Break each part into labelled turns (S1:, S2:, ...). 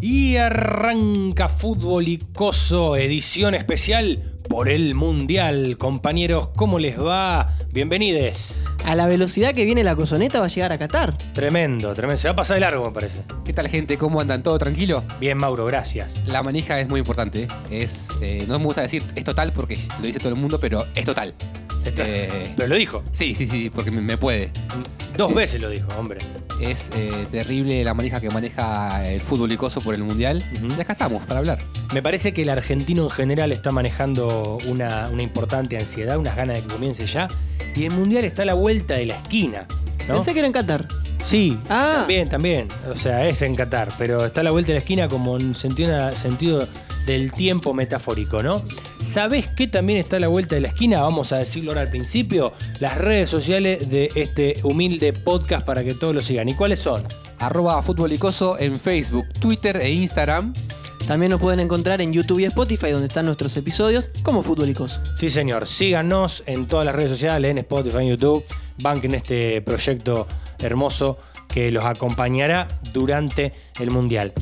S1: Y arranca Futbolicoso, edición especial por el Mundial. Compañeros, ¿cómo les va? Bienvenides.
S2: A la velocidad que viene la cozoneta va a llegar a Qatar.
S1: Tremendo, tremendo. Se va a pasar de largo, me parece.
S3: ¿Qué tal gente? ¿Cómo andan? ¿Todo tranquilo?
S1: Bien, Mauro, gracias.
S3: La manija es muy importante. ¿eh? Es, eh, no me gusta decir es total porque lo dice todo el mundo, pero es total. Eh,
S1: Pero lo dijo.
S3: sí, sí, sí, porque me, me puede.
S1: Dos veces lo dijo, hombre.
S3: Es eh, terrible la manija que maneja el fútbol icoso por el mundial.
S1: Ujú.
S3: Y acá estamos para hablar.
S1: Me parece que el argentino en general está manejando una, una importante ansiedad, unas ganas de que comience ya. Y el mundial está a la vuelta de la esquina. ¿no?
S2: Pensé que era en Qatar.
S1: Sí,
S2: Ah.
S1: también, también. O sea, es en Qatar, pero está a la vuelta de la esquina como en sentido, sentido del tiempo metafórico, ¿no? ¿Sabés qué también está a la vuelta de la esquina? Vamos a decirlo ahora al principio. Las redes sociales de este humilde podcast para que todos lo sigan. ¿Y cuáles son?
S3: Arroba fútbol icoso en Facebook, Twitter e Instagram.
S2: También nos pueden encontrar en YouTube y Spotify, donde están nuestros episodios como futbolicos.
S1: Sí, señor. Síganos en todas las redes sociales, en Spotify, en YouTube. Banquen este proyecto hermoso que los acompañará durante el Mundial.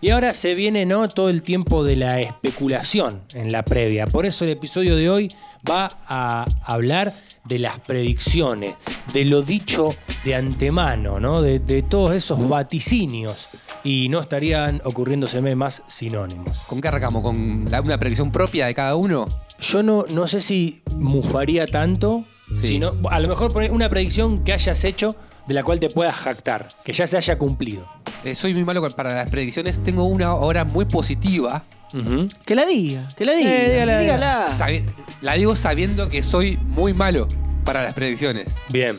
S1: Y ahora se viene ¿no? todo el tiempo de la especulación en la previa. Por eso el episodio de hoy va a hablar de las predicciones, de lo dicho de antemano, ¿no? de, de todos esos vaticinios. Y no estarían ocurriéndoseme más sinónimos.
S3: ¿Con qué arrancamos? ¿Con la- una predicción propia de cada uno?
S1: Yo no, no sé si mufaría tanto,
S3: Sí.
S1: sino a lo mejor poner una predicción que hayas hecho de la cual te puedas jactar, que ya se haya cumplido.
S3: Eh, soy muy malo con- para las predicciones. Tengo una hora muy positiva.
S2: Que la diga, que la diga.
S1: Eh, dígala,
S2: dígala.
S3: Sabi- la digo sabiendo que soy muy malo para las predicciones.
S1: Bien.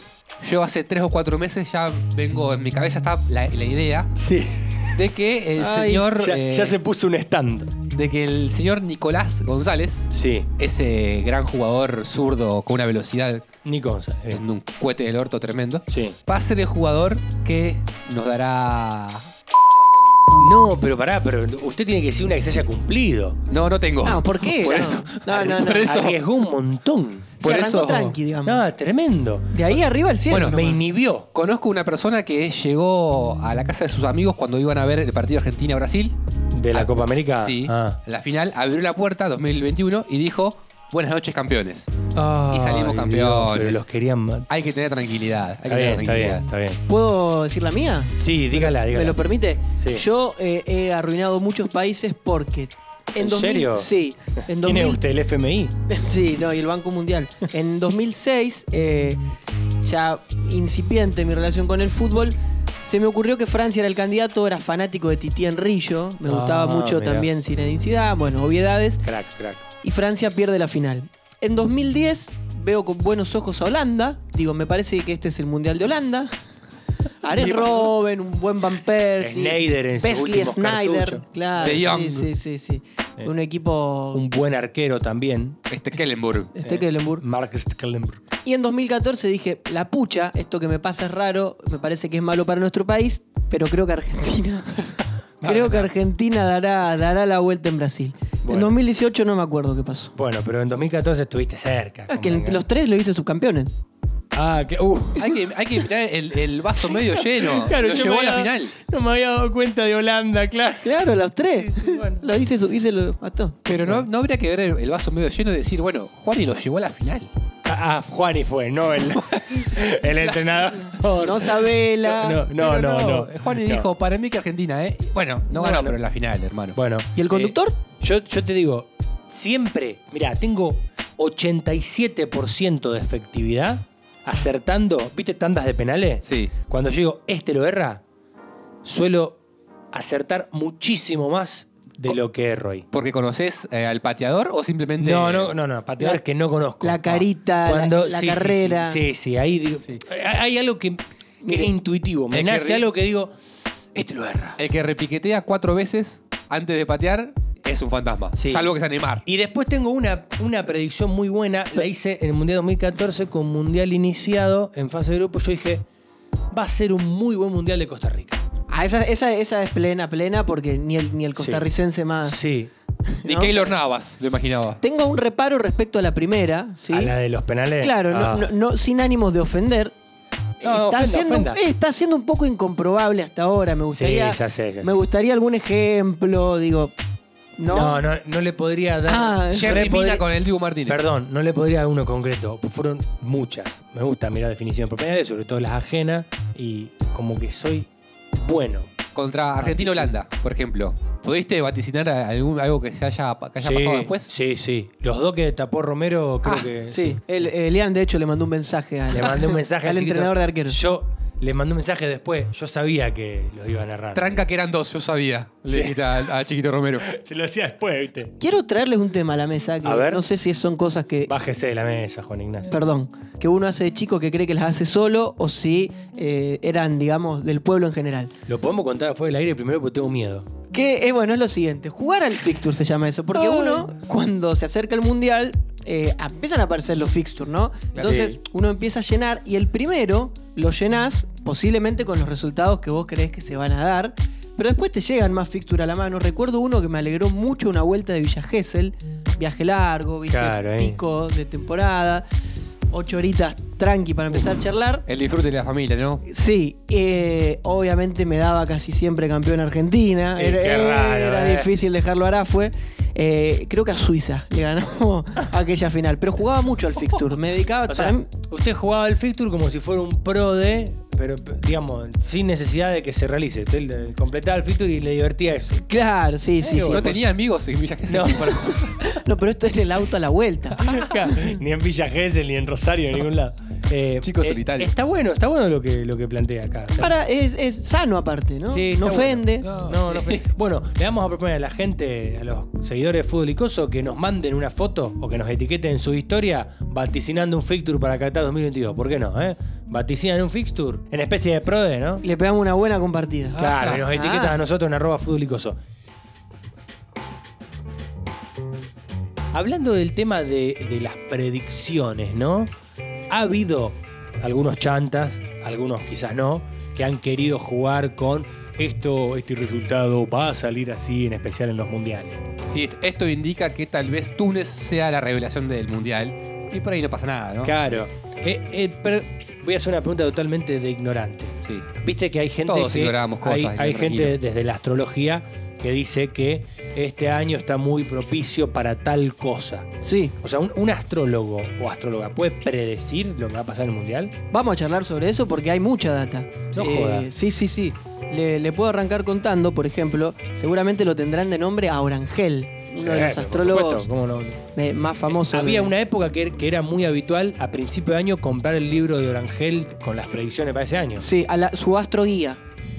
S3: Yo hace tres o cuatro meses ya vengo, en mi cabeza está la, la idea
S1: Sí.
S3: de que el
S2: Ay,
S3: señor.
S1: Ya,
S3: eh,
S1: ya se puso un stand.
S3: De que el señor Nicolás González,
S1: Sí.
S3: ese gran jugador zurdo con una velocidad
S1: Nico González. eh.
S3: en un cohete del orto tremendo,
S1: Sí.
S3: va a ser el jugador que nos dará.
S1: No, pero pará, pero usted tiene que decir una que se haya cumplido.
S3: No, no tengo.
S2: No, ¿por qué?
S3: Por
S2: No.
S3: eso.
S2: No, no, no.
S3: Por eso.
S1: Arriesgó un montón.
S3: por
S2: Se arrancó
S3: eso-
S2: tranqui, digamos.
S1: Nada, tremendo.
S2: De ahí arriba al cielo.
S3: Bueno,
S2: nomás.
S1: Me inhibió.
S3: Conozco una persona que llegó a la casa de sus amigos cuando iban a ver el partido Argentina-Brasil.
S1: De la
S3: Ah,
S1: Copa América.
S3: Sí.
S1: Ah.
S3: La final abrió la puerta 2021 y dijo: Buenas noches, campeones. Y salimos
S1: Ay,
S3: campeones.
S1: Dios, pero los querían matar.
S3: Hay que tener tranquilidad. Hay
S1: Está
S3: que
S1: bien,
S3: tener
S1: está bien,
S3: tranquilidad.
S1: está bien.
S2: ¿Puedo decir la mía?
S1: Sí, dígala, dígala.
S2: ¿Me lo permite?
S1: Sí.
S2: Yo eh, he arruinado muchos países porque. En,
S1: ¿En
S2: 2000
S1: serio?
S2: Sí. En
S1: ¿Quién es
S2: 2000
S1: usted, el FMI?
S2: Sí, no, y el Banco Mundial. En 2006, eh, ya incipiente mi relación con el fútbol, se me ocurrió que Francia era el candidato, era fanático de Titien Rillo, me
S1: Ah,
S2: gustaba mucho
S1: mirá.
S2: también Zinedine Zidane, bueno, obviedades,
S1: Crack, crack.
S2: y Francia pierde la final. En 2010 veo con buenos ojos a Holanda, digo, me parece que este es el Mundial de Holanda. Aren Robben, un buen Van Persie,
S1: Sneijder en sus
S2: Wesley
S1: últimos
S2: Snyder,
S1: cartuchos.
S2: claro,
S3: De Jong.
S2: sí, sí, sí, sí.
S1: Eh,
S2: un equipo
S1: Un buen arquero también.
S3: Este Kellenburg.
S2: este Kellenburg.
S1: Mark Stekelenburg.
S2: Y en 2014 dije, la pucha, esto que me pasa es raro, me parece que es malo para nuestro país, pero creo que Argentina. creo que Argentina dará, dará la vuelta en Brasil. En
S1: Bueno.
S2: 2018 no me acuerdo qué pasó.
S1: Bueno, pero en 2014 estuviste cerca.
S2: Ah, que en
S1: convenga.
S2: los tres lo hice subcampeones.
S1: Ah, que- uh.
S3: Hay que, hay que mirar el, el vaso medio lleno. Lo
S1: yo
S3: llevó
S1: me
S3: a la
S1: había-
S3: final.
S1: No me había dado cuenta de Holanda, claro.
S2: Claro, los tres. lo hice, su- hice lo mató.
S3: Pero no, no habría que ver el, el vaso medio lleno y decir, bueno, Juani lo llevó a la final.
S1: Ah, ah, Juani fue, no el, el entrenador.
S2: No Sabela.
S1: No, no,
S3: Pero
S1: no. no,
S3: Juani
S1: No.
S3: dijo, para mí que Argentina, ¿eh? Bueno, no ganó,
S1: Bueno.
S3: pero en la final, hermano.
S1: Bueno.
S2: ¿Y el
S1: eh,
S2: conductor?
S1: yo, yo te digo, siempre, mira, tengo 87% de efectividad acertando, ¿viste tandas de penales?
S3: Sí.
S1: Cuando yo digo, este lo erra, suelo acertar muchísimo más de lo que erro ahí.
S3: ¿Porque conoces eh, al pateador o simplemente.?
S1: No, no, no, no, pateadores
S2: La-
S1: que no conozco.
S2: la carita, la- la carrera.
S1: Sí, sí, sí, ahí digo.
S3: Sí.
S1: Hay hay algo que, que es
S2: Mire,
S1: intuitivo. Me
S3: es que
S1: nace
S3: ri-
S1: algo que digo, este lo erra.
S3: El que repiquetea cuatro veces antes de patear es un fantasma.
S1: Sí.
S3: Salvo que es animar.
S1: Y después tengo una, una predicción muy buena. La hice en el Mundial 2014 con Mundial iniciado en fase de grupo. Yo dije, va a ser un muy buen Mundial de Costa Rica.
S2: Ah, esa, esa, esa es plena, plena, porque ni el, ni el costarricense más.
S1: Sí.
S3: Ni
S2: No,
S3: Keylor Navas, lo imaginaba.
S2: Tengo un reparo respecto a la primera, ¿sí?
S1: A la de los penales.
S2: Claro, no-
S1: Ah.
S2: no- no, sin ánimos de ofender,
S1: No, no, ofenda,
S2: Eh, está, siendo,
S1: ofenda.
S2: está siendo un poco incomprobable hasta ahora. Me gustaría,
S1: ya sé, ya sé.
S2: me gustaría algún ejemplo, digo. No,
S1: No, no, no le podría dar.
S2: Ah,
S1: re
S3: Jerry
S1: podri-
S3: Mina con el Dibu Martínez.
S1: Perdón, no le podría dar uno concreto. Fueron muchas. Me gusta mirar definiciones propias, sobre todo las ajenas. Y como que soy bueno. Ah,
S3: Contra Argentina-Holanda, por ejemplo. ¿Pudiste vaticinar a- algún- algo que se haya, que haya
S1: Sí,
S3: pasado después?
S1: Sí, sí. Los dos que tapó Romero, creo
S3: Ah,
S1: que.
S2: sí. El, eh, Lian, de hecho, le mandó un mensaje al,
S1: Le mandé un mensaje
S2: al
S1: chiquito.
S2: entrenador de arqueros.
S1: Yo le mandé un mensaje después. Yo sabía que los iban a errar.
S3: Tranca que eran dos, yo sabía.
S1: Sí.
S3: Le dijiste a, a Chiquito Romero.
S1: Se lo hacía después, ¿viste?
S2: Quiero traerles un tema a la mesa que
S1: A ver.
S2: no sé si son cosas que.
S1: Bájese de la mesa, Juan Ignacio.
S2: Perdón, que uno hace de chico que cree que las hace solo o si eh, eran, digamos, del pueblo en general.
S1: Lo podemos contar fuera del aire primero porque tengo miedo.
S2: Que eh, bueno, es lo siguiente. Jugar al fixture se llama eso. Porque uno, cuando se acerca el mundial, eh, empiezan a aparecer los fixture, ¿no? Entonces
S1: Sí.
S2: uno empieza a llenar y el primero lo llenás posiblemente con los resultados que vos creés que se van a dar. Pero después te llegan más fixture a la mano. Recuerdo uno que me alegró mucho una vuelta de Villa Gesell. Viaje largo, viste,
S1: Claro, eh.
S2: pico de temporada. Ocho horitas tranqui para empezar a charlar.
S3: El disfrute de la familia, ¿no?
S2: Sí, eh, obviamente me daba casi siempre campeón Argentina.
S1: Sí,
S2: era
S1: qué raro,
S2: era
S1: eh.
S2: difícil dejarlo a Arafue. Eh, creo que a Suiza le ganamos aquella final. Pero jugaba mucho al fixture. Me dedicaba
S1: O sea,
S2: para mí-
S1: usted jugaba al fixture como si fuera un pro de, pero p- digamos, sin necesidad de que se realice. Usted le- completaba el fixture y le divertía eso.
S2: Claro, sí, sí, sí.
S1: bueno.
S3: No tenía amigos en Villa Gesell.
S2: No, pero esto es en el auto a la vuelta.
S1: ni en Villa Gesell, ni en Rosario, en ningún lado. Eh,
S3: Chico
S1: eh,
S3: solitario.
S1: Está bueno, está bueno lo que, lo que plantea acá. O sea,
S2: Para, es, es sano aparte, ¿no?
S1: Sí,
S2: no
S1: está bueno. Ah.
S2: ofende.
S1: No,
S3: No,
S1: no
S3: sí.
S1: ofende. Bueno, le vamos a proponer a la gente, a los seguidores de Fútbol y Coso, que nos manden una foto o que nos etiqueten en su historia vaticinando un fixture para Qatar 2022. ¿Por qué no? Eh? Vaticinan un fixture en especie de prode, ¿no?
S2: Le pegamos una buena compartida.
S1: Claro,
S2: Ah,
S1: y nos etiquetan
S2: ah.
S1: a nosotros en arroba futbolicoso. Hablando del tema de, de las predicciones, ¿no? Ha habido algunos chantas, algunos quizás no, que han querido jugar con esto, este resultado va a salir así, en especial en los mundiales.
S3: Sí, esto, esto indica que tal vez Túnez sea la revelación del Mundial. Y por ahí no pasa nada, ¿no?
S1: Claro. Eh, eh, pero voy a hacer una pregunta totalmente de ignorante.
S3: Sí.
S1: Viste que hay gente
S3: Todos
S1: que
S3: ignoramos cosas,
S1: hay,
S3: Iván,
S1: hay
S3: tranquilo.
S1: gente desde la astrología que dice que este año está muy propicio para tal cosa.
S2: Sí,
S1: O sea, un, un astrólogo o astróloga puede predecir lo que va a pasar en el mundial.
S2: Vamos a charlar sobre eso porque hay mucha data. Eh,
S1: No jodas.
S2: Sí, sí, sí. Le, le puedo arrancar contando, por ejemplo, seguramente lo tendrán de nombre a Orangel, uno
S1: Sí,
S2: de los
S1: por
S2: astrólogos
S1: supuesto, ¿cómo no?
S2: eh, más famosos.
S1: Había
S2: de-
S1: una época que, que era muy habitual a principio de año comprar el libro de Orangel con las predicciones para ese año.
S2: Sí, a la, su astroguía.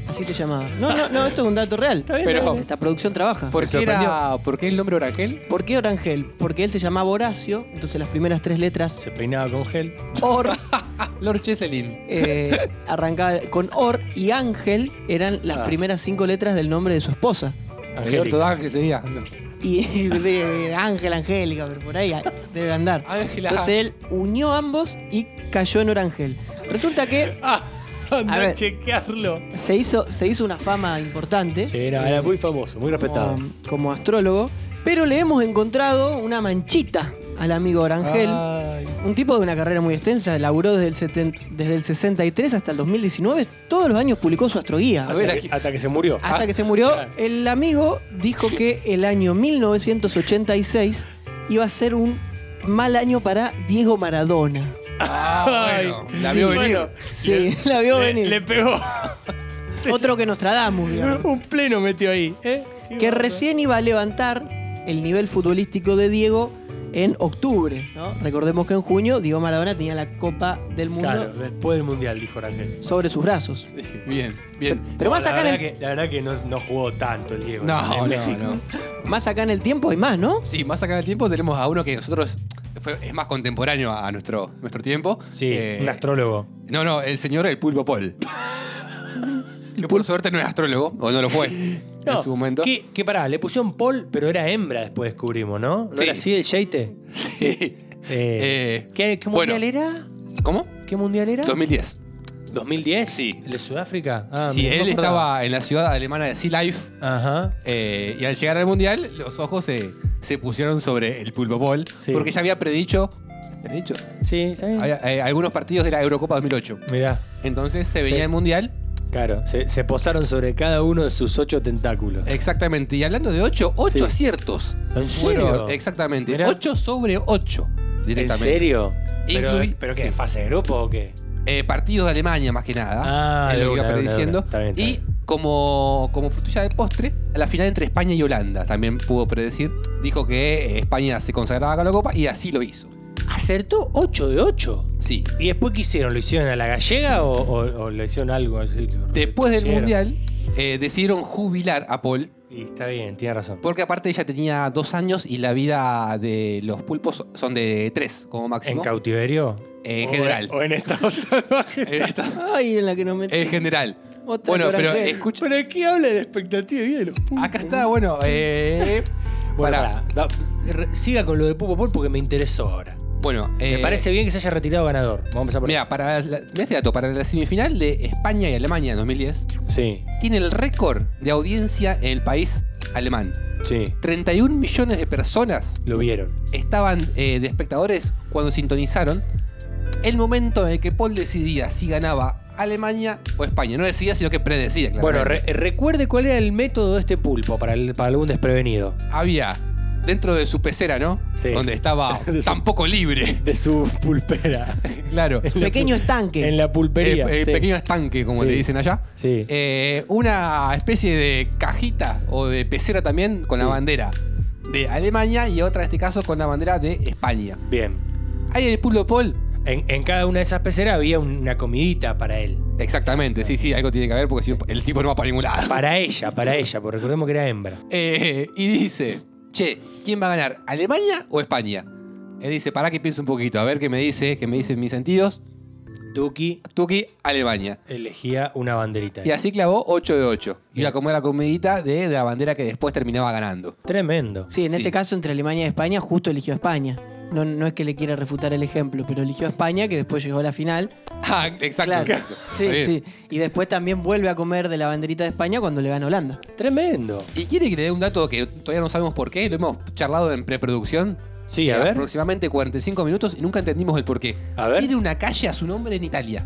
S2: Así se llamaba. No, no, no, esto es un dato real.
S3: bien, está bien.
S2: Esta producción trabaja.
S3: ¿Por
S1: Me
S3: qué, era, ¿Por qué el nombre Orakel?
S2: ¿Por qué Orangel? Porque él se llamaba Horacio, entonces las primeras tres letras
S1: Se peinaba con gel.
S2: Or
S3: Ah, Lord Cheselin.
S2: eh, arrancaba con Or y Ángel eran las
S1: Ah.
S2: primeras cinco letras del nombre de su esposa.
S3: Alberto Ángel sería. No.
S2: y de, de Ángel Angélica, pero por ahí debe andar.
S3: Ángela.
S2: Entonces él unió ambos y cayó en Orangel. Resulta que
S1: Ah, anda
S2: A ver.
S1: chequearlo.
S2: se hizo, se hizo una fama importante.
S1: Sí, era,
S3: Eh.
S1: era muy famoso, muy respetado.
S3: Um,
S2: como, como astrólogo. Pero le hemos encontrado una manchita al amigo Orangel.
S3: Ay.
S2: Un tipo de una carrera muy extensa, laburó desde el, seten- desde el 63 hasta el 2019. Todos los años publicó su astroguía.
S3: A ver,
S1: hasta,
S3: aquí- Ah,
S1: que, hasta que se murió.
S2: Hasta que se murió, el amigo dijo que el año 1986 iba a ser un mal año para Diego Maradona.
S3: Ah, bueno, la vio
S2: Sí.
S3: venir.
S2: Sí, la vio
S1: Le-
S2: venir.
S1: le pegó.
S2: Otro que Nostradamus, digamos.
S1: Un pleno metió ahí. ¿eh?
S2: que recién iba a levantar el nivel futbolístico de Diego en octubre. ¿no? Recordemos que en junio Diego Maradona tenía la Copa del Mundo
S1: Claro, después del mundial, dijo Rangel.
S2: sobre sus brazos.
S3: Bien, bien.
S2: Pero
S1: No,
S2: más,
S1: la,
S2: acá en
S1: verdad
S2: el,
S1: que, la verdad que no, no jugó tanto el Diego. en
S3: No, no,
S1: México.
S3: no.
S2: más acá en el tiempo hay más, ¿no?
S3: Sí, más acá del tiempo tenemos a uno que nosotros fue- es más contemporáneo a nuestro, nuestro tiempo.
S1: Sí,
S3: Eh,
S1: un astrólogo.
S3: No, no, el señor el Pulpo Paul. que por suerte no es astrólogo, o no lo fue en
S1: No,
S3: su momento.
S1: Que, que pará, le pusieron Paul, pero era hembra después descubrimos, ¿no? ¿No
S3: Sí.
S1: era así el Sheite?
S3: Sí.
S1: Eh,
S3: Eh,
S1: ¿qué, qué
S3: bueno.
S1: mundial era?
S3: ¿Cómo?
S1: ¿Qué mundial era?
S3: 2010.
S1: ¿2010?
S3: Sí.
S1: ¿El de Sudáfrica? Ah,
S3: Sí,
S1: mira, no
S3: él
S1: me acordaba.
S3: estaba en la ciudad alemana de Sea Life
S1: Ajá.
S3: Eh, y al llegar al mundial, los ojos se, se pusieron sobre el Pulpo Ball,
S1: Sí.
S3: porque ya había predicho, predicho
S1: Sí, está bien.
S3: había, eh, algunos partidos de la Eurocopa 2008.
S1: Mirá.
S3: Entonces se venía
S1: Sí.
S3: el mundial.
S1: Claro, se, se posaron sobre cada uno de sus ocho
S3: Eh,
S1: tentáculos.
S3: Exactamente. Y hablando de 8, 8
S1: Sí.
S3: aciertos.
S1: ¿En
S3: Fueron,
S1: serio?
S3: exactamente.
S1: Mirá.
S3: 8 sobre 8.
S1: ¿En
S3: Directamente.
S1: serio? ¿Pero,
S3: Inclui-
S1: ¿Pero qué? ¿Fase de grupo o qué?
S3: Eh, partidos de Alemania, más que nada.
S1: Ah,
S3: es
S1: de
S3: lo que
S1: una,
S3: iba
S1: de una, de
S3: prediciendo.
S1: una. Está bien, está
S3: y
S1: bien.
S3: como, como frutilla de postre, a la final entre España y Holanda también pudo predecir. Dijo que eh, España se consagraba con la Copa y así lo hizo.
S1: Acertó 8 de 8.
S3: Sí.
S1: ¿Y después qué hicieron? ¿Lo hicieron a la gallega o, o- o le hicieron algo así?
S3: Después del
S1: Hicieron.
S3: Mundial, eh, decidieron jubilar a Paul.
S1: Y está bien, tiene razón.
S3: Porque aparte ella tenía dos años y la vida de los pulpos son de tres como
S1: ¿En
S3: máximo.
S1: cautiverio?
S3: En
S1: ¿O
S3: general.
S1: ¿O en estado salvaje?
S3: En esta-
S2: Ay, en la que nos
S3: en
S1: Eh,
S2: metemos.
S3: general.
S2: Otra
S3: Bueno, pero
S2: coraje.
S3: escucha.
S1: ¿Para qué habla de expectativa de vida de los pulpos?
S3: Acá está, bueno. Eh,
S1: Bueno,
S3: pará.
S1: pará, va- re- siga con lo de Pupo Paul porque me interesó ahora.
S3: Bueno,
S1: Me
S3: eh,
S1: parece bien que se haya retirado ganador. Vamos a empezar por
S3: Mira, para la- mirá este dato, para la semifinal de España y Alemania en 2010,
S1: Sí,
S3: tiene el récord de audiencia en el país alemán.
S1: sí,
S3: 31 millones de personas
S1: lo vieron.
S3: estaban eh, de espectadores cuando sintonizaron el momento en el que Paul decidía si ganaba Alemania o España. No decidía, sino que predecía, claro.
S1: Bueno, re- recuerde cuál era el método de este pulpo para, el- para algún desprevenido.
S3: había dentro de su pecera, ¿no?
S1: Sí.
S3: Donde estaba
S1: De su-
S3: tampoco libre.
S1: De su pulpera.
S3: claro.
S2: Pequeño estanque.
S1: en la pulpería.
S3: Eh, eh,
S1: sí.
S3: Pequeño estanque, como
S1: Sí.
S3: le dicen allá.
S1: Sí.
S3: Eh, una especie de cajita o de pecera también con la bandera de Alemania y otra en este caso con la bandera de España.
S1: Bien.
S3: Ahí el pueblo Paul.
S1: En, en cada una de esas peceras había una comidita para él.
S3: Exactamente, sí, sí, algo tiene que haber porque si no, el tipo no va para ningún lado.
S1: Para ella, para ella, porque recordemos que era hembra.
S3: Eh, y dice, che, ¿quién va a ganar? ¿Alemania o España? Él dice, pará que pienso un poquito, a ver qué me dice, qué me dicen mis sentidos.
S1: Duki
S3: Tuki, Alemania.
S1: elegía una banderita.
S3: Y así clavó 8 de 8. Iba
S1: Bien.
S3: a comer la comidita de, de la bandera que después terminaba ganando.
S1: Tremendo.
S2: Sí, en
S3: Sí.
S2: ese caso entre Alemania y España, justo eligió España. No, no es que le quiera refutar el ejemplo, pero eligió a España, que después llegó a la final.
S3: Ah, exacto.
S2: Claro.
S3: exacto.
S2: Sí,
S3: Está bien.
S2: sí. Y después también vuelve a comer de la banderita de España cuando le gana Holanda.
S1: Tremendo.
S3: ¿Y quiere que le dé un dato que todavía no sabemos por qué? Lo hemos charlado en preproducción.
S1: Sí, a
S3: eh,
S1: ver.
S3: Aproximadamente 45 minutos y nunca entendimos el por qué.
S1: A ver.
S3: Tiene una calle a su nombre en Italia.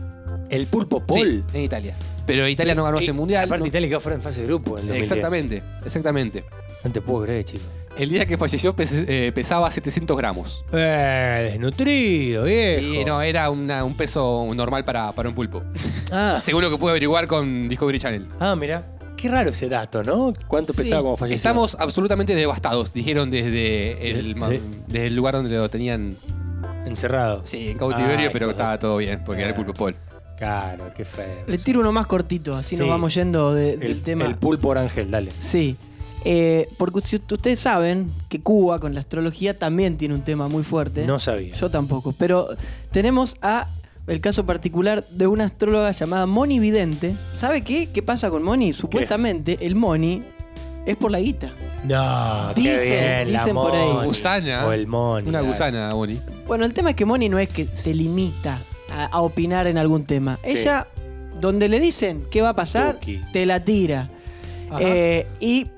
S1: El pulpo Paul.
S3: Sí, en Italia. Pero Italia no ganó
S1: Y-
S3: ese mundial.
S1: Aparte,
S3: no-
S1: Italia quedó fuera en fase de grupo. En el 2010.
S3: Exactamente, exactamente.
S1: No te puedo creer, chico.
S3: El día que falleció pes- eh, pesaba 700 gramos.
S1: Eh, desnutrido, viejo.
S3: Y no, era una- un peso normal para, para un pulpo.
S1: Ah,
S3: Seguro que pude averiguar con Discovery Channel.
S1: ah, mira. Qué raro ese dato, ¿no? ¿Cuánto
S2: Sí.
S1: pesaba como falleció?
S3: Estamos absolutamente devastados, dijeron desde el, ma-
S1: Eh.
S3: desde el lugar donde lo tenían
S1: encerrados.
S3: Sí, en cautiverio,
S1: Ah,
S3: pero
S1: hijo de-
S3: estaba todo bien, porque era el pulpo Paul.
S1: Claro, qué feo.
S2: Le tiro uno más cortito, así nos
S1: Sí.
S2: vamos yendo de- del
S1: el,
S2: tema.
S1: el pulpo orangel, dale.
S2: Sí. Eh, porque si ut- ustedes saben que Cuba con la astrología también tiene un tema muy
S3: ¿Eh?
S2: fuerte.
S1: No sabía.
S2: Yo tampoco. Pero tenemos a el caso particular de una astróloga llamada Moni Vidente. ¿Sabe qué? ¿Qué pasa con Moni? Supuestamente el Moni es por la guita.
S1: No, qué
S2: Dicen-
S1: bien, la
S2: dicen por ahí.
S1: Moni.
S3: Gusana.
S1: O el Moni.
S3: Una
S1: dale.
S3: gusana, Boni.
S2: Bueno, el tema es que Moni no es que se limita a, a opinar en algún tema. Ella, donde le dicen qué va a pasar,
S1: Tuki.
S2: te la tira.
S3: Ajá.
S2: Eh, y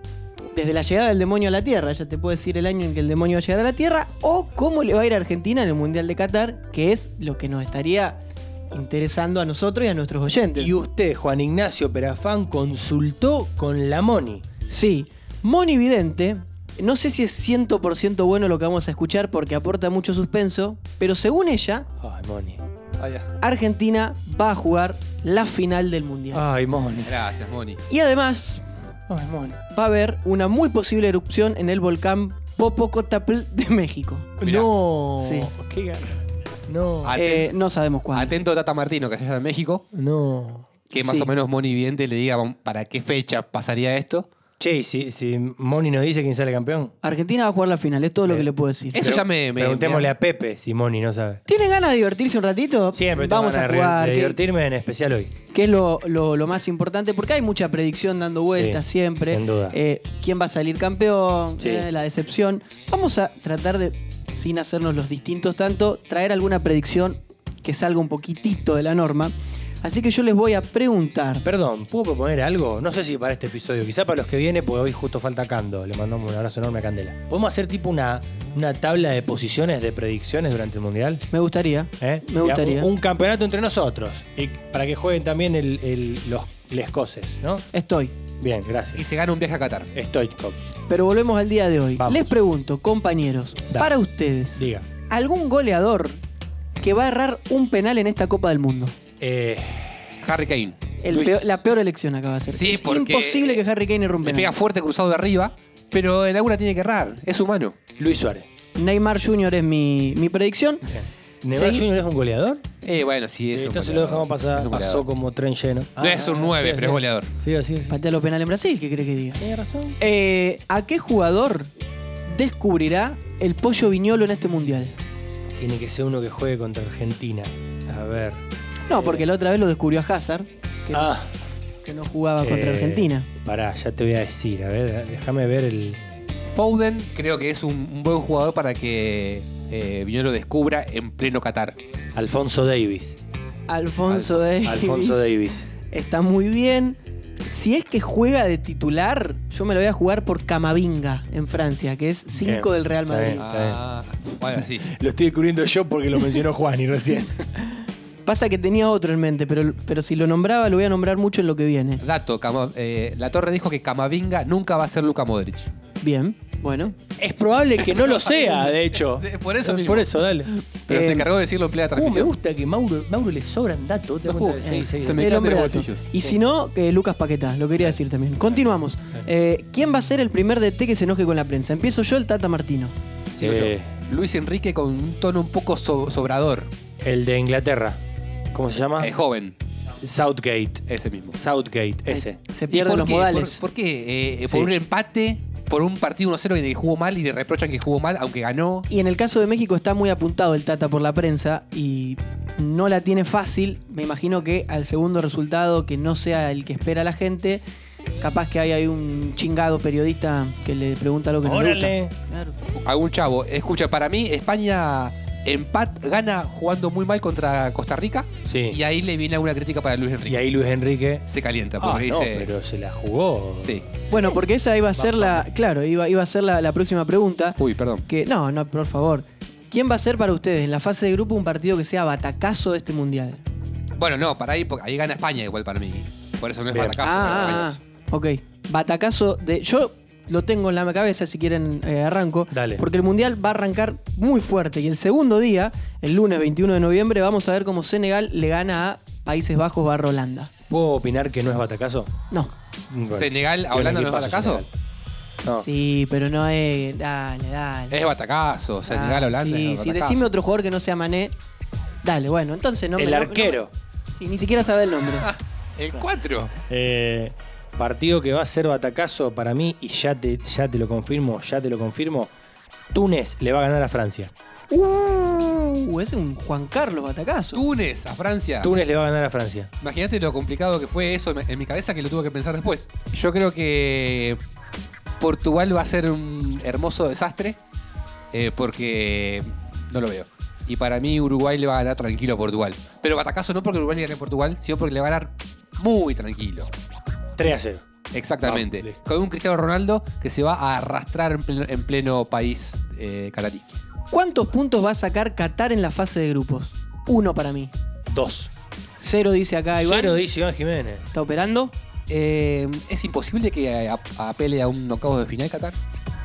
S2: desde la llegada del demonio a la Tierra, ella te puede decir el año en que el demonio va a llegar a la Tierra, o cómo le va a ir a Argentina en el Mundial de Qatar, que es lo que nos estaría interesando a nosotros y a nuestros oyentes.
S1: Y usted, Juan Ignacio Perafán, consultó con la Moni.
S2: Sí, Moni Vidente. No sé si es 100% bueno lo que vamos a escuchar porque aporta mucho suspenso, pero según ella,
S1: Ay, Moni.
S2: Argentina va a jugar la final del Mundial.
S1: Ay, Moni.
S3: Gracias, Boni.
S2: Y además
S1: Ah. Ay, Moni.
S2: va a haber una muy posible erupción en el volcán Popocatépetl de México.
S3: Mirá.
S1: No.
S2: Sí.
S1: Qué gana. No.
S3: Aten-
S2: Eh, no sabemos cuándo.
S3: Atento Tata Martino, que allá en México,
S1: No.
S3: que más
S2: Sí.
S3: o menos Moni Vidente le diga para qué fecha pasaría esto.
S1: Che, y si, si Moni nos dice quién sale campeón.
S2: Argentina va a jugar la final, es todo lo
S1: Eh,
S2: que le puedo decir.
S3: Eso
S1: Pero-
S3: ya me... me-
S1: Preguntémosle
S3: me-
S1: a Pepe si Moni no sabe.
S2: ¿Tienen ganas de divertirse un ratito?
S1: Siempre tengo
S2: Vamos
S1: ganas de
S2: a
S1: re-
S2: jugar,
S1: de
S2: que-
S1: divertirme, en especial hoy.
S2: que es lo, lo- lo más importante, porque hay mucha predicción dando vueltas
S1: Sí,
S2: siempre.
S1: sin duda.
S2: Eh, ¿Quién va a salir campeón?
S1: Sí.
S2: Eh, la decepción. Vamos a tratar de, sin hacernos los distintos tanto, traer alguna predicción que salga un poquitito de la norma. Así que yo les voy a preguntar.
S1: Perdón, ¿puedo proponer algo? No sé si para este episodio, quizá para los que vienen, porque hoy justo falta Cando. Le mandamos un abrazo enorme a Candela. ¿Podemos hacer tipo una, una tabla de posiciones, de predicciones durante el Mundial?
S2: Me gustaría.
S1: ¿Eh?
S2: Me gustaría.
S1: Un, un campeonato entre nosotros. Y para que jueguen también el- el- los lescoses, ¿no?
S2: Estoy.
S1: Bien,
S3: Y
S1: gracias.
S3: se gana un viaje a Qatar.
S1: Stoichkov,
S2: Pero volvemos al día de hoy.
S1: Vamos.
S2: Les pregunto, compañeros,
S1: Dale.
S2: para ustedes,
S1: diga.
S2: ¿algún goleador que va a errar un penal en esta Copa del Mundo?
S1: Eh,
S3: Harry Kane.
S2: El
S1: Luis.
S2: peor- la peor elección acaba de ser.
S3: Sí,
S2: es
S3: porque-
S2: imposible que Harry Kane erra un
S3: Le
S2: penal.
S3: pega fuerte cruzado de arriba, pero en alguna tiene que errar. Es humano.
S1: Luis Suárez.
S2: Neymar Jr. es mi, mi predicción.
S1: Bien. ¿Neymar
S2: Sí.
S1: Junior es un goleador?
S3: Eh, bueno, sí, es un
S1: Entonces lo
S3: goleador.
S1: dejamos pasar.
S3: Es un
S1: Pasó
S3: goleador.
S1: como tren lleno.
S3: No es un nueve,
S1: sí,
S3: pero es
S1: sí.
S3: goleador.
S1: Sí, así es.
S2: Patea los penales en Brasil, ¿qué crees que diga?
S1: Tiene razón.
S2: Eh, ¿A qué jugador descubrirá el pollo viñolo en este mundial?
S1: Tiene que ser uno que juegue contra Argentina. A ver.
S2: No, porque la otra vez lo descubrió a Hazard, que,
S1: Ah.
S2: que no
S3: Ah,
S2: jugaba
S1: Eh,
S2: contra Argentina.
S1: Pará, ya te voy a decir. A ver, déjame ver el.
S3: Foden creo que es un, un buen jugador para que eh, Viñolo descubra en pleno Qatar.
S1: Alfonso Davis.
S2: Alfonso Davis.
S1: Alfonso Davis.
S2: Está muy bien. Si es que juega de titular, yo me lo voy a jugar por Camavinga en Francia, que es 5
S1: Bien,
S2: del Real
S1: está
S2: Madrid.
S1: bien.
S3: Ah, bueno, sí.
S1: Lo estoy descubriendo yo porque lo mencionó Juan y recién.
S2: Pasa que tenía otro en mente, pero, pero si lo nombraba, lo voy a nombrar mucho en lo que viene.
S3: Dato, Cama- eh, la torre dijo que Camavinga nunca va a ser Luka Modric.
S2: Bien, bueno.
S1: Es probable que no lo sea, de hecho.
S3: Eh, por eso mismo.
S1: Por eso, dale.
S3: Pero
S2: Eh,
S3: se encargó de decirlo en plena
S1: ¿Cómo Em, uh, me
S3: transmisión.
S1: gusta que Mauro, Mauro le sobran datos? ¿Te das cuenta?
S3: Uh,
S1: Sí,
S3: eh,
S1: sí.
S3: se me
S2: El
S3: caen
S2: hombre
S3: de los
S2: dato.
S3: bolsillos.
S2: Y si no, eh, Lucas Paquetá, lo quería decir también. Continuamos. Eh, ¿Quién va a ser el primer DT que se enoje con la prensa? Empiezo yo, el Tata Martino.
S3: Sigo yo.
S1: Eh.
S3: Luis Enrique con un tono un poco so- sobrador.
S1: El de Inglaterra. ¿Cómo se llama?
S3: Es joven,
S1: Southgate.
S3: ese mismo.
S1: Southgate, ese.
S2: Se
S3: ¿Y
S2: pierden
S3: por
S2: los
S3: qué?
S2: modales.
S3: ¿Por, por qué? Eh, ¿Por
S1: Sí.
S3: un empate? ¿Por un partido 1-0 en el que jugó mal y le reprochan que jugó mal, aunque ganó?
S2: Y en el caso de México está muy apuntado el Tata por la prensa y no la tiene fácil. Me imagino que al segundo resultado que no sea el que espera la gente, capaz que hay, hay un chingado periodista que le pregunta lo que no le gusta.
S1: Órale.
S2: Claro.
S3: Algún chavo. Escucha, para mí, España empat gana jugando muy mal contra Costa Rica.
S1: Sí.
S3: Y ahí le viene alguna crítica para Luis Enrique.
S1: Y ahí Luis Enrique.
S3: Se calienta
S1: Ah,
S3: porque
S1: no,
S3: dice.
S1: pero se la jugó.
S3: Sí.
S2: Bueno, porque esa iba a ser la. Claro, iba, iba a ser la, la próxima pregunta.
S3: Uy, perdón.
S2: Que. No, no, por favor. ¿Quién va a ser para ustedes en la fase de grupo un partido que sea batacazo de este mundial?
S3: Bueno, no, para ahí, porque ahí gana España igual para mí. Por eso no es
S1: Bien.
S3: batacazo.
S2: ah, ah, ok. Batacazo de. Yo lo tengo en la cabeza, si quieren eh, arranco.
S1: Dale.
S2: Porque el mundial va a arrancar muy fuerte. Y el segundo día, el lunes 21 de noviembre, vamos a ver cómo Senegal le gana a Países Bajos barra Holanda.
S1: ¿Puedo opinar que no es batacazo?
S2: No.
S1: Bueno.
S3: Senegal,
S1: Tiene
S3: hablando, ¿no es
S1: equipazo,
S3: batacazo?
S1: Senegal. No.
S2: Sí, pero no es. Dale, dale.
S3: Es batacazo. Senegal,
S2: Ah,
S3: Holanda.
S2: Sí,
S3: es
S2: sí,
S3: batacazo.
S2: decime otro jugador que no sea Mané. Dale, bueno, entonces no me-
S1: el
S2: no- no me-
S1: arquero.
S2: sí, ni siquiera sabe el nombre.
S3: El 4.
S1: Eh, partido que va a ser batacazo para mí, y ya te, ya te lo confirmo, ya te lo confirmo. Túnez le va a ganar a Francia.
S2: uh, ese es un Juan Carlos Batacazo.
S3: Túnez, a Francia.
S1: Túnez le va a ganar a Francia.
S3: Imagínate lo complicado que fue eso en mi cabeza que lo tuve que pensar después. Yo creo que Portugal va a ser un hermoso desastre eh, porque no lo veo. Y para mí Uruguay le va a ganar tranquilo a Portugal. Pero batacazo no porque Uruguay le gane a Portugal, sino porque le va a ganar muy tranquilo.
S1: 3 a 0.
S3: Exactamente.
S1: Ah, listo.
S3: Con un Cristiano Ronaldo que se va a arrastrar en pleno, en pleno país eh, catarí.
S2: ¿Cuántos puntos va a sacar Qatar en la fase de grupos? Uno para mí.
S1: 2.
S2: Cero dice acá Ah, Iván.
S1: Cero dice Iván Jiménez.
S2: ¿Está operando?
S3: Eh, es imposible que a- apele a un knockout de final Qatar.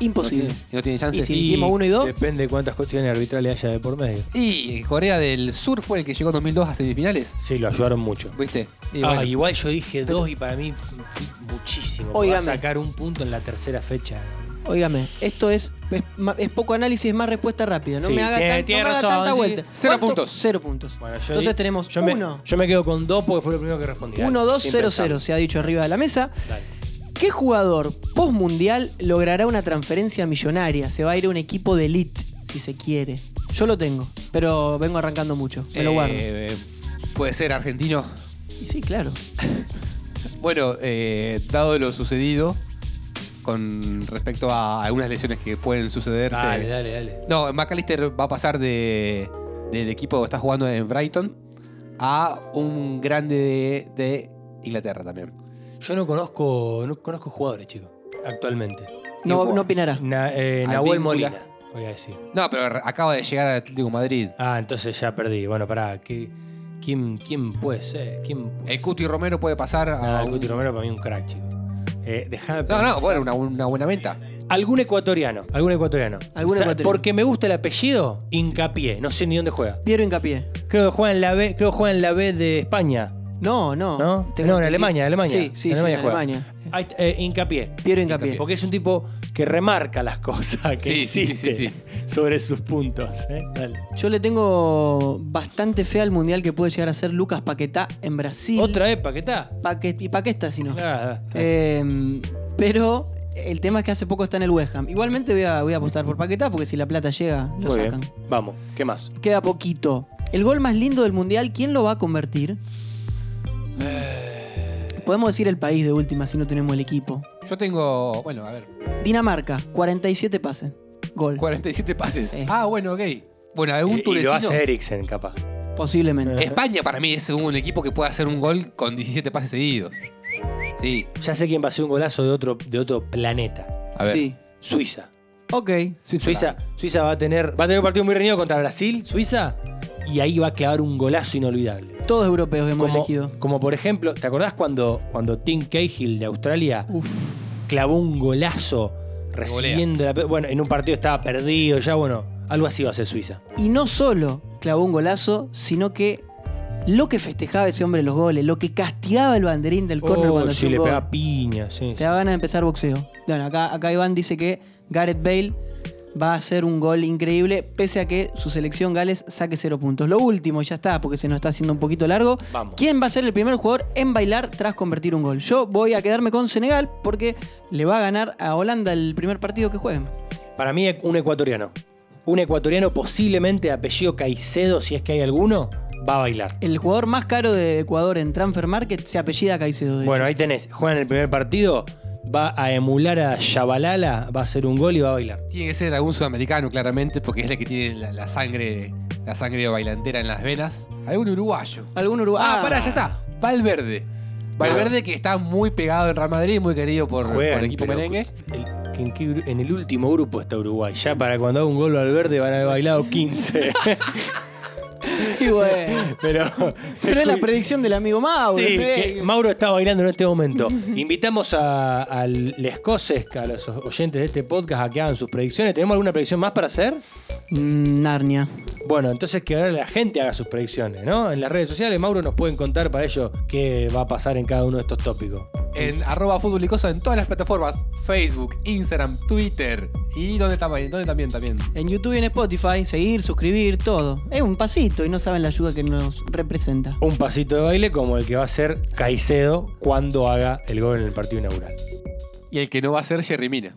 S2: Imposible.
S3: No tiene, no tiene chance.
S2: Y si- dijimos uno y dos.
S1: Depende de cuántas cuestiones arbitrales haya de por medio.
S3: Y Corea del Sur fue el que llegó en 2002 a semifinales.
S1: Sí, lo ayudaron mucho.
S3: ¿Viste? Y
S1: Ah,
S3: bueno,
S1: Igual yo dije dos y para mí f- f- muchísimo. Va a
S2: Óigame.
S1: sacar un punto en la tercera fecha.
S2: Óigame, esto es, es, ma- es poco análisis, es más respuesta rápida. No
S1: Sí,
S2: me haga,
S1: tiene-
S2: tan- no
S1: tiene
S2: me haga
S1: razón,
S2: tanta
S1: sí.
S2: vuelta.
S3: Cero
S2: ¿Cuánto?
S3: puntos.
S2: Cero puntos.
S1: Bueno, yo
S2: Entonces
S1: di-
S2: tenemos
S1: yo me-
S2: uno,
S1: yo me quedo con dos porque fue lo primero que respondí. Dale,
S2: uno, dos,
S1: sin
S2: cero,
S1: pensar.
S2: cero, se ha dicho arriba de la mesa.
S1: Dale.
S2: ¿Qué jugador postmundial logrará una transferencia millonaria? Se va a ir a un equipo de elite, si se quiere. Yo lo tengo, pero vengo arrancando mucho. Me lo
S3: eh,
S2: guardo.
S3: eh, puede ser argentino.
S2: Y sí, claro.
S3: Bueno, eh, dado lo sucedido con respecto a algunas lesiones que pueden sucederse.
S1: Dale, dale, dale.
S3: No, McAllister va a pasar de, del equipo que está jugando en Brighton a un grande de, de Inglaterra también.
S1: Yo no conozco, no conozco jugadores, chicos, actualmente.
S2: No,
S3: Igual.
S2: no opinará.
S1: Na- eh,
S3: Al
S1: Nahuel
S3: Víncula.
S1: Molina, voy a decir.
S3: No, pero re- acaba de llegar al Atlético de Madrid.
S1: Ah, entonces ya perdí. Bueno, pará, ¿qué- quién, ¿quién puede ser? ¿Quién puede
S3: El Cuti Romero puede pasar a.
S1: Nada, el
S2: Ah,
S3: un-
S1: Cuti Romero para mí un crack, chico. Eh, dejame
S3: No, no,
S1: pensar.
S3: bueno, una, una buena venta.
S1: Algún ecuatoriano, algún ecuatoriano.
S2: Algún ecuatoriano.
S1: Porque me gusta el apellido, hincapié. No sé ni dónde juega.
S2: Piero hincapié.
S1: Creo que juega en la B, creo que juega en la B de España.
S2: No,
S1: ¿No?
S2: no. Tengo
S1: no, en
S2: entendido-
S1: Alemania, Alemania.
S2: Sí, sí,
S1: en
S2: sí,
S1: Alemania
S2: en
S1: juega.
S2: Alemania.
S1: Ahí está, eh, hincapié.
S2: Piero hincapié.
S1: Porque es un tipo que remarca las cosas que
S3: Sí, sí, sí,
S1: existen
S3: sí,
S1: sobre sus puntos. ¿eh? Dale.
S2: Yo le tengo bastante fe al mundial que puede llegar a ser Lucas Paquetá en Brasil.
S1: Otra vez, Paquetá.
S2: Paque- y Paquetá, si no.
S1: Nada, está bien.
S2: Eh, pero el tema es que hace poco está en el West Ham. Igualmente voy a, voy a apostar por Paquetá porque si la plata llega, lo
S1: Muy
S2: sacan.
S1: bien. Vamos, ¿qué más?
S2: Queda poquito. El gol más lindo del mundial, ¿quién lo va a convertir?
S1: Eh.
S2: Podemos decir el país de última si no tenemos el equipo.
S3: Yo tengo, bueno, a ver,
S2: Dinamarca, 47 pases. Gol.
S3: 47 pases.
S2: Sí.
S3: Ah, bueno, ok. Bueno,
S1: Y-
S3: algún
S1: y lo
S3: turecino.
S1: hace Eriksen, capaz. Eh,
S2: Posiblemente.
S3: España para mí es un equipo que puede hacer un gol con 17 pases seguidos. Sí,
S1: Ya sé quién va a ser un golazo de otro, de otro planeta.
S3: a ver.
S2: Sí.
S1: Suiza.
S2: Ok.
S1: Suiza, Suiza va a tener. Va a tener un partido muy reñido contra Brasil, Suiza, y ahí va a clavar un golazo inolvidable.
S2: Todos europeos hemos
S1: Como,
S2: elegido.
S1: como por ejemplo, ¿te acordás cuando, cuando Tim Cahill de Australia
S2: Uf.
S1: clavó un golazo recibiendo la pe- Bueno, en un partido estaba perdido, ya bueno, algo así va a ser Suiza.
S2: Y no solo clavó un golazo, sino que lo que festejaba ese hombre en los goles, lo que castigaba el banderín del córner
S1: Oh,
S2: cuando
S1: si
S2: hacía un
S1: le
S2: gol.
S1: pega piña, sí.
S2: Te da ganas de empezar boxeo. Bueno, acá, acá Iván dice que Gareth Bale va a hacer un gol increíble, pese a que su selección Gales saque cero puntos. Lo último, ya está, porque se nos está haciendo un poquito largo.
S1: Vamos.
S2: ¿Quién va a ser el primer jugador en bailar tras convertir un gol? Yo voy a quedarme con Senegal porque le va a ganar a Holanda el primer partido que jueguen.
S1: Para mí, un ecuatoriano. Un ecuatoriano posiblemente de apellido Caicedo, si es que hay alguno, va a bailar.
S2: El jugador más caro de Ecuador en Transfer Market se apellida Caicedo. de hecho.
S1: Bueno, ahí tenés. Juega en el primer partido, va a emular a Shabalala, va a hacer un gol y va a bailar.
S3: Tiene que ser algún sudamericano, claramente, porque es la que tiene la, la sangre la sangre bailantera en las venas. Algún uruguayo.
S2: Algún uruguayo.
S3: Ah, pará, ya está. Valverde. Valverde que está muy pegado en Real Madrid, muy querido por, por
S1: Juegan,
S3: el equipo
S1: pero-
S3: merengue.
S1: el- que en, qué gru- en el último grupo está Uruguay. Ya para cuando haga un gol al verde van a haber bailado 15.
S2: Y bueno.
S1: Pero.
S2: Pero es la predicción del amigo Mauro.
S1: Sí,
S2: ¿eh?
S1: que Mauro está bailando en este momento. Invitamos a, a los coses, a los oyentes de este podcast, a que hagan sus predicciones. ¿Tenemos alguna predicción más para hacer?
S2: Mm, Narnia.
S1: Bueno, entonces que ahora la gente haga sus predicciones, ¿no? En las redes sociales, Mauro nos pueden contar para ello qué va a pasar en cada uno de estos tópicos.
S3: En arroba fútbol y Cosa en todas las plataformas. Facebook, Instagram, Twitter. ¿Y dónde, está- dónde también? También.
S2: En YouTube y en Spotify, seguir, suscribir, todo. Es un pasito y no saben la ayuda que nos representa.
S1: Un pasito de baile como el que va a hacer Caicedo cuando haga el gol en el partido inaugural.
S3: Y el que no va a ser Jerry Mina.